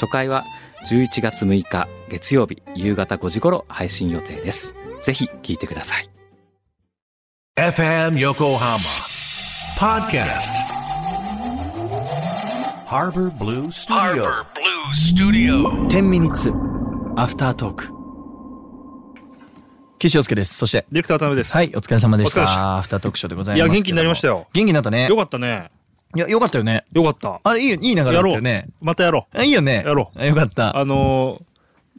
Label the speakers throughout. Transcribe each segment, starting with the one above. Speaker 1: 初回は11月6日月曜日夕方5時頃配信予定ですぜひ聞いてください
Speaker 2: FM Yokohama Podcast. Harbor Blue Studio. Harbor Blue Studio.
Speaker 3: 10ミニッツアフタートーク岸洋介ですそして
Speaker 4: ディレクター渡辺です。
Speaker 3: はいお疲れ様でし
Speaker 4: お疲れ様でした
Speaker 3: アフタートークショーでございます
Speaker 4: いや元気になりましたよ
Speaker 3: けども元気になったね
Speaker 4: よかったね。
Speaker 3: いやよかったよね
Speaker 4: よかった。
Speaker 3: あれいいよいい流れだった
Speaker 4: やろ
Speaker 3: よ
Speaker 4: う。
Speaker 3: ね
Speaker 4: またやろう。
Speaker 3: あいいよね
Speaker 4: やろう
Speaker 3: あよかった
Speaker 4: あの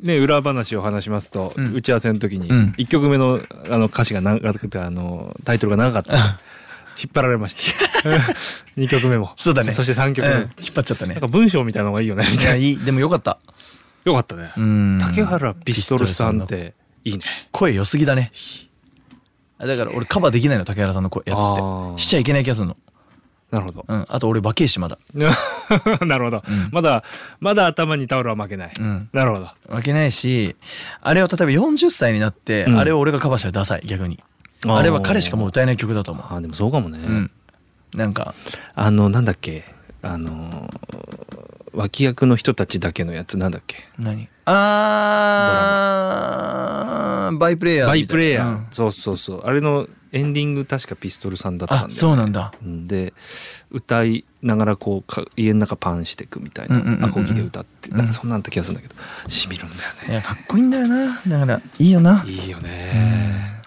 Speaker 4: ーね、裏話を話しますと、
Speaker 3: ん
Speaker 4: 打ち合わせの時に、
Speaker 3: うん
Speaker 4: 1曲目のあの歌詞が長くて、あのータイトルが長かった。引っ張られま した。2曲目も。
Speaker 3: そうだね
Speaker 4: そして3曲目。
Speaker 3: うん
Speaker 4: なん
Speaker 3: 引っ張っちゃったね
Speaker 4: か文章みたいなのがいいよね、み
Speaker 3: い
Speaker 4: たい
Speaker 3: や
Speaker 4: な。
Speaker 3: いいでもよかった
Speaker 4: よかったね
Speaker 3: う。ん
Speaker 4: 竹原ピストルさんっ
Speaker 3: ピストル
Speaker 4: ていいね。
Speaker 3: の声良すぎだねあだから俺カバーできないの竹原さんの声やつ
Speaker 4: あ
Speaker 3: っ
Speaker 4: ー
Speaker 3: てしちゃいけない気がするの
Speaker 4: なるほど。
Speaker 3: うんあと俺若えしまだ
Speaker 4: なるほど、まだ、まだ頭にタオルは負けない。
Speaker 3: うん
Speaker 4: なるほど。
Speaker 3: 負けないしあれを例えば40歳になって
Speaker 4: うん
Speaker 3: あれを俺がカバーしたらダサい逆に
Speaker 4: あー
Speaker 3: あれは彼しかもう歌えない曲だと思う
Speaker 1: ああでもそうかもね、
Speaker 3: うんなんか
Speaker 4: あのなんだっけあのー脇役の人たちだけのやつなんだっけ
Speaker 3: 何あーバイプレイヤー
Speaker 4: バ
Speaker 3: みたいな
Speaker 4: イプレイヤー、
Speaker 3: うん
Speaker 4: そうそうそうあれのエンディング確かピストルさんだったんだよ
Speaker 3: あそうなんだ
Speaker 4: うんで歌いながらこうか家の中パンしていくみたい
Speaker 3: うんうんうんうん
Speaker 4: なアコギで歌って、
Speaker 3: うん
Speaker 4: なんかそんなんだった気がするんだけどしみるんだよ
Speaker 3: い
Speaker 4: ね
Speaker 3: やかっこいいんだよなだからいいよない
Speaker 4: いよね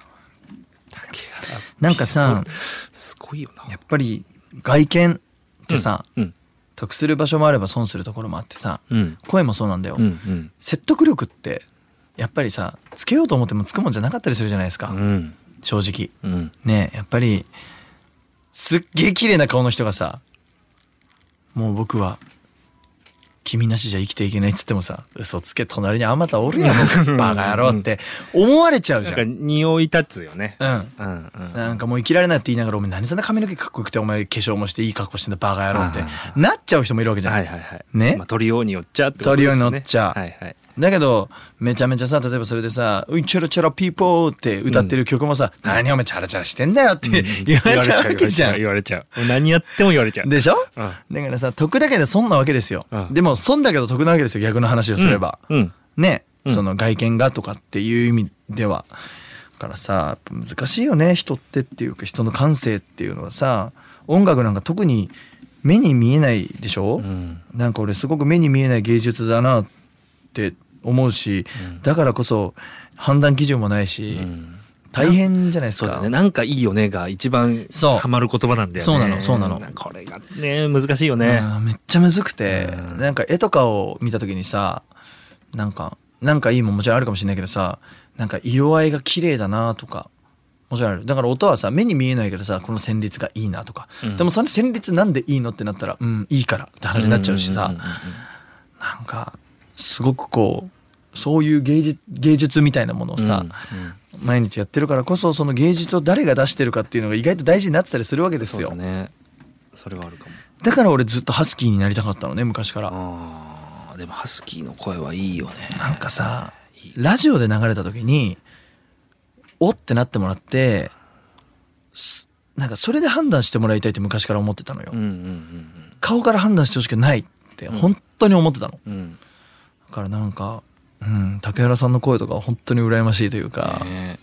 Speaker 4: 竹原
Speaker 3: なんかさ
Speaker 4: ピストルすごいよな
Speaker 3: やっぱり外見ってさ
Speaker 4: うん
Speaker 3: 得する場所もあれば損するところもあってさ
Speaker 4: うん
Speaker 3: 声もそうなんだよ
Speaker 4: うんうん
Speaker 3: 説得力ってやっぱりさつけようと思ってもつくもんじゃなかったりするじゃないです
Speaker 4: う
Speaker 3: か
Speaker 4: ん
Speaker 3: 正直
Speaker 4: うん
Speaker 3: ねやっぱりすっげえ綺麗な顔の人がさもう僕は君なしじゃ生きていけないっつってもさ嘘つけ隣にあまたおるや ろバカ野郎って思われちゃうじ
Speaker 4: なん
Speaker 3: ゃ
Speaker 4: か
Speaker 3: ん。
Speaker 4: 匂い立つよね
Speaker 3: うん
Speaker 4: うんうん
Speaker 3: なんかもう生きられないって言いながらお前何そんな髪の毛かっこよくてお前化粧もしていい格好してんだバカ野郎って
Speaker 4: はい
Speaker 3: なっちゃう人もいるわけじゃん。
Speaker 4: はいはいはい。
Speaker 3: ね
Speaker 4: まあ、鳥用によっちゃってことですよね。
Speaker 3: 鳥用によっちゃ
Speaker 4: はいはい。
Speaker 3: だけどめちゃめちゃさ例えばそれでさ「うんチャラチャラピーポー」って歌ってる曲もさ「何お前チャラチャラしてんだよ」って言われちゃうわけじゃん。
Speaker 4: 言われちゃう。言われちゃう何やっても言われちゃう。
Speaker 3: でしょ、
Speaker 4: うん
Speaker 3: だからさ得だけで損なわけですよ、
Speaker 4: うん
Speaker 3: でも損だけど得なわけですよ逆の話をすれば、
Speaker 4: うん。
Speaker 3: ね、
Speaker 4: うん
Speaker 3: その外見がとかっていう意味ではだからさやっぱ難しいよね人ってっていうか人の感性っていうのはさ音楽なんか特に目に見えないでしょ、
Speaker 4: うん。
Speaker 3: なんか俺すごく目に見えない芸術だなって思うし、だからこそ判断基準もないし、
Speaker 4: うん
Speaker 3: 大変じゃないです
Speaker 4: そうだ
Speaker 3: か
Speaker 4: ね。なんかいいよねが一番
Speaker 3: そう
Speaker 4: ハマる言葉なんだよね。
Speaker 3: そうなのそうなの
Speaker 4: これがね、難しいよね。
Speaker 3: うんめっちゃむずくて、
Speaker 4: うん
Speaker 3: なんか絵とかを見た時にさなんかなんかいいもんもちろんあるかもしれないけどさなんか色合いが綺麗だなとかもちろんあるだから音はさ目に見えないけどさこの旋律がいいなとか、
Speaker 4: うん
Speaker 3: でもその旋律なんでいいのってなったらうんいいからって話になっちゃうしさ、
Speaker 4: んんうんうん
Speaker 3: なんかすごくこうそういう芸術芸術みたいなものをさ、毎日やってるからこそその芸術を誰が出してるかっていうのが意外と大事になってたりするわけですよ
Speaker 4: そうだね。それはあるかも。
Speaker 3: だから俺ずっとハスキーになりたかったのね昔から。
Speaker 4: ああ、でもハスキーの声はいいよね。
Speaker 3: なんかさラジオで流れた時におってなってもらってすなんかそれで判断してもらいたいって昔から思ってたのよ、
Speaker 4: うんうん
Speaker 3: 顔から判断してほしくないって本当に思ってたの、
Speaker 4: うんうん。
Speaker 3: だからなんか、うん、竹原さんの声とかは本当に羨ましいというか、
Speaker 4: うん。ね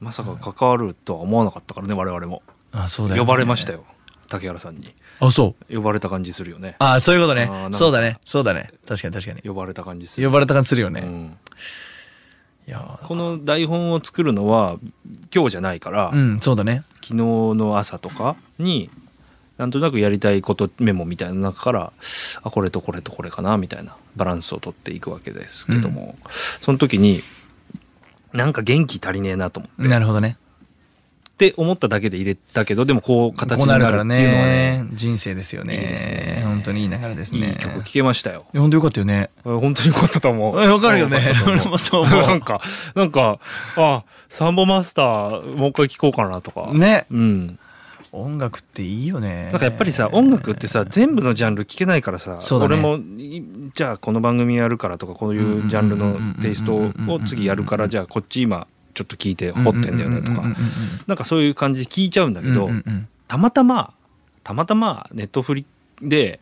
Speaker 4: まさか関わるとは思わなかったからね、我々も。
Speaker 3: あそうだよね
Speaker 4: 呼ばれましたよ竹原さんに
Speaker 3: あそう
Speaker 4: 呼ばれた感じするよね
Speaker 3: あそういうこと
Speaker 4: あーな
Speaker 3: ね
Speaker 4: んか
Speaker 3: そうだねそうだね確かに確かに
Speaker 4: 呼ばれた感じする
Speaker 3: 呼ばれた感じするよね、
Speaker 4: うん
Speaker 3: いや
Speaker 4: この台本を作るのは今日じゃないから、
Speaker 3: うんそうだね
Speaker 4: 昨日の朝とかになんとなくやりたいことメモみたいな中からあこれとこれとこれかなみたいなバランスを取っていくわけですけども、その時になんか元気足りねえなと思って
Speaker 3: なるほどね
Speaker 4: って思っただけで入れたけどでもこう形
Speaker 3: こ
Speaker 4: に
Speaker 3: うな
Speaker 4: なる
Speaker 3: る
Speaker 4: っ
Speaker 3: か
Speaker 4: ていう
Speaker 3: ら
Speaker 4: のはね
Speaker 3: ね人生ですよね
Speaker 4: いいですね
Speaker 3: 本当にいい流れですね
Speaker 4: いい曲聴けましたよ。
Speaker 3: いや本当よかったよね
Speaker 4: 本当に良かったと思う。
Speaker 3: え わかるよね
Speaker 4: 良ったと思う
Speaker 3: 俺もそう思う
Speaker 4: なんか、なんか、あ、サンボマスター、もう一回聴こうかなとか。
Speaker 3: ね
Speaker 4: うん。
Speaker 3: 音楽っていいよね
Speaker 4: なんかやっぱりさ、音楽ってさ、全部のジャンル聴けないからさ、
Speaker 3: そうだね
Speaker 4: 俺も、いじゃあこの番組やるからとか、こういうジャンルのテイストを次やるから、じゃあこっち今、ちょっと聴いて掘ってんだよねとか
Speaker 3: うんうん、
Speaker 4: なんかそういう感じで聴いちゃうんだけ
Speaker 3: うんうん
Speaker 4: ど
Speaker 3: うんう、んうん
Speaker 4: たまたまたまたまネットフリで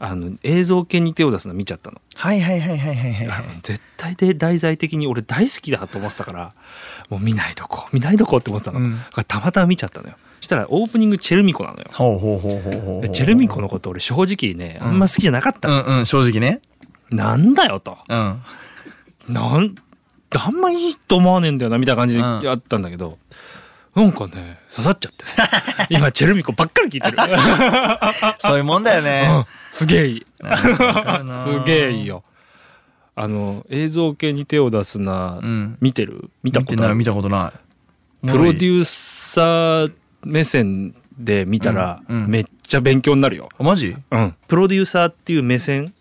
Speaker 4: あの映像系に手を出すの見ちゃったの
Speaker 3: はいはいはいはいはいは
Speaker 4: あ
Speaker 3: い
Speaker 4: の絶対で題材的に俺大好きだと思ってたからもう見ないとこ見ないとこって思ってたの、
Speaker 3: うん
Speaker 4: だからたまたま見ちゃったのよそしたらオープニングチェルミコなのよ
Speaker 3: ほうほうほうほうほう
Speaker 4: でチェルミコのこと俺正直ねあんま好きじゃなかった
Speaker 3: う
Speaker 4: の、
Speaker 3: んうん正直ね
Speaker 4: なんだよと
Speaker 3: うん
Speaker 4: なんあんまいいと思わねえんだよなみたいな感じで
Speaker 3: うん
Speaker 4: やったんだけど、なんかね刺さっちゃ って今チェルミコばっかり聞いてる
Speaker 3: そういうもんだよ
Speaker 4: うん
Speaker 3: ね
Speaker 4: すげえいい。
Speaker 3: うん
Speaker 4: すげえいいよ。あの映像系に手を出すな、
Speaker 3: うん
Speaker 4: 見てる
Speaker 3: 見
Speaker 4: 見た
Speaker 3: た
Speaker 4: こ
Speaker 3: こと
Speaker 4: と
Speaker 3: ない
Speaker 4: ある
Speaker 3: 見たことない
Speaker 4: プロ
Speaker 3: ー
Speaker 4: デューサー目線で見たら、
Speaker 3: うんうん
Speaker 4: めっちゃ勉強になるよ、
Speaker 3: マジ
Speaker 4: うんプロデューサーっていう目線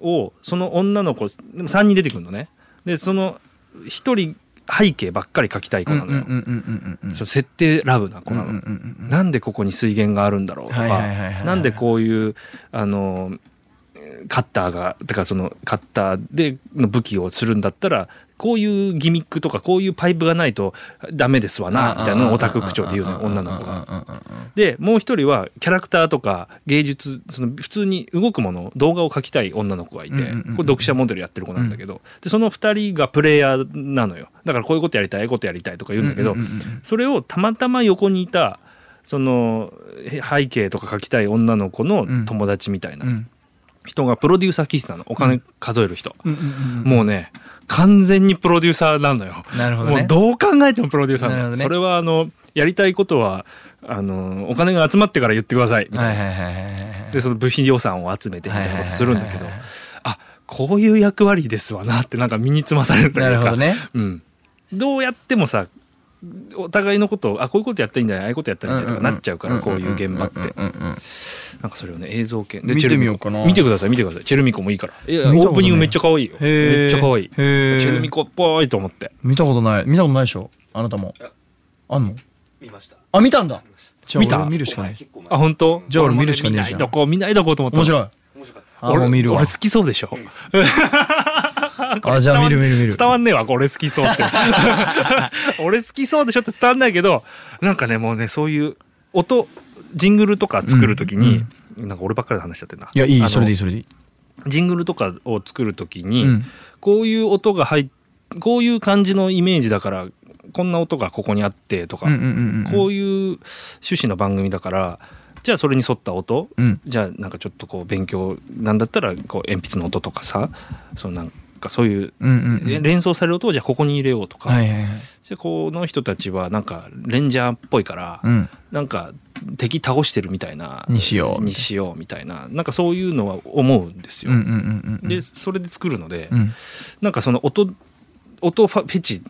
Speaker 4: をその女の子でも3人出てくるのねでその1人背景ばっかり描きたい子なの
Speaker 3: う
Speaker 4: よ、
Speaker 3: んうんうんうん
Speaker 4: その設定ラブな子な
Speaker 3: う
Speaker 4: の、
Speaker 3: んうんうんうん
Speaker 4: なんでここに水源があるんだろうと
Speaker 3: はいはいはいはい
Speaker 4: か
Speaker 3: はい
Speaker 4: なんでこういうあのえーカッターがだからそのカッターでの武器をするんだったらこういうギミックとかこういうパイプがないとダメですわなみたいなのをオタク口調で言うのよ女の子が。
Speaker 3: が
Speaker 4: でもう一人はキャラクターとか芸術その普通に動くもの動画を描きたい女の子がいて
Speaker 3: うん
Speaker 4: こ
Speaker 3: うんうんうん
Speaker 4: れ読者モデルやってる子なんだけどでその二人がプレイヤーなのよだからこういうことやりたいああいうことやりたいとか言うんだけどそれをたまたま横にいたそのへ背景とか書きたい女の子の友達みたいな人がプロデューサー気質なのお金数える人、もうね完全にプロデューサーなのよ、
Speaker 3: なるほど
Speaker 4: もう
Speaker 3: ね
Speaker 4: どう考えてもプロデューサーな
Speaker 3: なるほ
Speaker 4: の
Speaker 3: どね
Speaker 4: それはあのやりたいことはあのお金が集まってから言ってくださいみたいな、
Speaker 3: はいはいはいはいはい
Speaker 4: でその部品予算を集めてみたいなことするんだけ
Speaker 3: はい
Speaker 4: ど
Speaker 3: はいはいはい
Speaker 4: あこういう役割ですわなってなんか身につまされるというか
Speaker 3: なるほどね
Speaker 4: うん、どうやってもさお互いのことをあこういうことやったらいいんだよああいうことやったらいいんだよとかなっちゃうから、こういう現場って、
Speaker 3: うんうんうん
Speaker 4: なんかそれをね映像系
Speaker 3: 見
Speaker 4: チェ
Speaker 3: て
Speaker 4: ル
Speaker 3: み
Speaker 4: ミ
Speaker 3: よ
Speaker 4: コ
Speaker 3: うかな
Speaker 4: 見てください見てくださいチェルミコもいいからいや
Speaker 3: 見たことない
Speaker 4: オープニングめっちゃ可愛いよ
Speaker 3: へー
Speaker 4: めっちゃ可愛いチ
Speaker 3: へー
Speaker 4: ェルミコっぽいと思って
Speaker 3: 見たことない見たことないでしょあなたもあんの
Speaker 5: 見ました。
Speaker 3: あ見たんだじゃあ
Speaker 4: 見た
Speaker 3: 俺見るしかない
Speaker 5: 結構前
Speaker 4: あ本当
Speaker 3: じゃあ俺見るしかねえじゃん
Speaker 4: 見ないとこ見ないとこと思った
Speaker 3: 面白い
Speaker 5: 面白かった。
Speaker 3: あもう見るわ
Speaker 4: 俺好きそうでしょ
Speaker 3: あじゃあ見る見る見る
Speaker 4: 伝わんねえわ俺好きそうって俺好きそうでしょって伝わんないけどなんかねもうねそういう音ジングルとか作るときに、なんか俺ばっかりの話しちゃってんない
Speaker 3: いやいいそれでいい
Speaker 4: い
Speaker 3: それでいい
Speaker 4: ジングルとかを作るときに、
Speaker 3: うん
Speaker 4: こういう音が入っこういう感じのイメージだからこんな音がここにあってとか、こういう趣旨の番組だからじゃあそれに沿った音、
Speaker 3: うん
Speaker 4: じゃあなんかちょっとこう勉強なんだったらこう鉛筆の音とかさそのなんかそういう
Speaker 3: うんうんうん
Speaker 4: え連想される音をじゃあここに入れようとか、
Speaker 3: はいはいはい
Speaker 4: じゃあこの人たちはなんかレンジャーっぽいから、
Speaker 3: うん
Speaker 4: なんか敵倒してるみたいな
Speaker 3: にしよう
Speaker 4: にしようみたいななんかそういうのは思うんです
Speaker 3: うん
Speaker 4: よ。
Speaker 3: うんうんうん
Speaker 4: でそれで作るので、
Speaker 3: うん
Speaker 4: なんかその音音ファフェチっ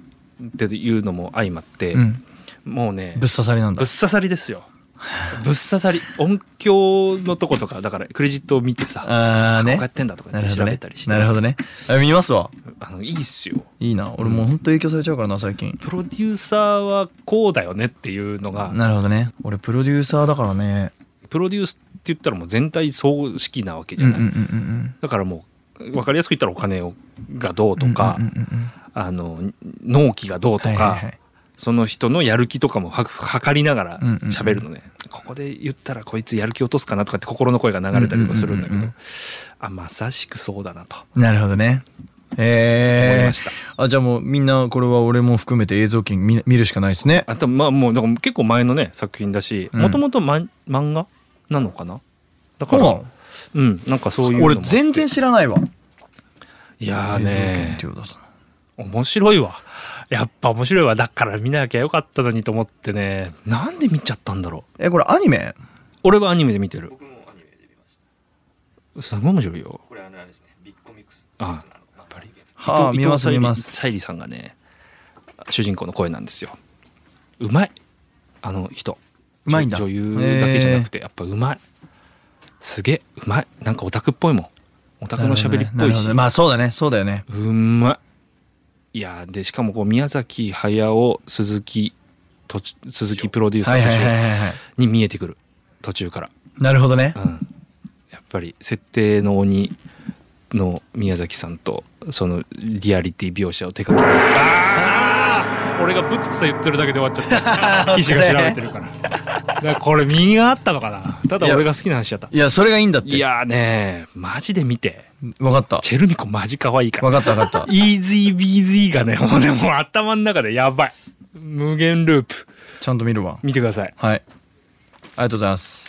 Speaker 4: ていうのも相まって、
Speaker 3: うん
Speaker 4: もうね
Speaker 3: ぶっ刺さりなんだ
Speaker 4: ぶっ刺さりですよ。ぶっ刺さり音響のとことかだからクレジットを見てさ、
Speaker 3: ああ
Speaker 4: こう
Speaker 3: ね
Speaker 4: やってんだとか
Speaker 3: な
Speaker 4: 言っ
Speaker 3: る
Speaker 4: て
Speaker 3: ほど
Speaker 4: 調べ
Speaker 3: ね
Speaker 4: たりして
Speaker 3: なるほどねあ見ますわ
Speaker 4: あのいいっすよ。
Speaker 3: いいな俺もうほんと影響されちゃうからな最近
Speaker 4: プロデューサーはこうだよねっていうのが
Speaker 3: なるほどね俺プロデューサーだからね
Speaker 4: プロデュースって言ったらもう全体総指揮なわけじ
Speaker 3: う
Speaker 4: ゃ
Speaker 3: んうん
Speaker 4: な
Speaker 3: う
Speaker 4: い、
Speaker 3: んうん
Speaker 4: だからもう分かりやすく言ったらお金をがどうとか、
Speaker 3: うんうんうんうん
Speaker 4: あの納期がどうとか、
Speaker 3: はいはいはい
Speaker 4: その人のやる気とかもは測りながら
Speaker 3: うんうんうん
Speaker 4: 喋るのね、ここで言ったらこいつやる気落とすかなとかって心の声が流れたりとかするんだけど、
Speaker 3: うんうんうんうん
Speaker 4: あまさしくそうだなと
Speaker 3: なるほどね
Speaker 4: 思い
Speaker 3: え
Speaker 4: ました。
Speaker 3: ー、あじゃあもうみんなこれは俺も含めて映像権見見るしかないですね
Speaker 4: あとまあもうだから結構前のね作品だし
Speaker 3: うん
Speaker 4: もともと漫画なのかなだ
Speaker 3: そ
Speaker 4: か
Speaker 3: うな
Speaker 4: ら
Speaker 3: の
Speaker 4: うんなんかそういうのもあ
Speaker 3: 俺
Speaker 4: って
Speaker 3: 全然知らないわ
Speaker 4: い
Speaker 3: 映像
Speaker 4: やー
Speaker 3: 権に
Speaker 4: ね
Speaker 3: 手を出す
Speaker 4: 面白いわやっぱ面白いわだから見なきゃよかったのにと思ってねなんで見ちゃったんだろう
Speaker 3: えこれアニメ
Speaker 4: 俺はアニメで見てる
Speaker 5: 僕もアニメで見ました。
Speaker 4: すごい面白いよ
Speaker 5: これあのあれですね、ビッグコミックス。
Speaker 4: あ
Speaker 5: やっ
Speaker 4: ぱり。
Speaker 3: はあ
Speaker 4: 伊藤
Speaker 3: 見ます
Speaker 4: 伊藤沙莉
Speaker 3: 見ます
Speaker 4: 沙莉さんがね主人公の声なんですようまいあの人
Speaker 3: うまいんだ
Speaker 4: 女女優だけじゃなくてやっぱうまいすげえうまいなんかオタクっぽいもんオタクの喋りっぽ
Speaker 3: なる
Speaker 4: い
Speaker 3: ほど
Speaker 4: し、
Speaker 3: ねまあそうだねそうだよね
Speaker 4: うまいいやーでしかもこう宮崎駿鈴木とち鈴木プロデューサ
Speaker 3: はい
Speaker 4: ー
Speaker 3: はいはい
Speaker 4: 途中
Speaker 3: はいはい
Speaker 4: に見えてくる途中から
Speaker 3: なるほどね
Speaker 4: うん、やっぱり設定の鬼の宮崎さんとそのリアリティ描写を手掛けてああ俺がぶつくさ言ってるだけで終わっちゃ った記事が調べてるからだからこれ身があったのかなただ俺が好きな話だった
Speaker 3: いやそれがいいんだって
Speaker 4: いやーねーマジで見て
Speaker 3: 分かった
Speaker 4: チェルミコマジ可愛いから
Speaker 3: 分かった分かった
Speaker 4: イージービーズーがねもうねもう頭の中でやばい無限ループ
Speaker 3: ちゃんと見るわ
Speaker 4: 見てください
Speaker 3: はいありがとうございます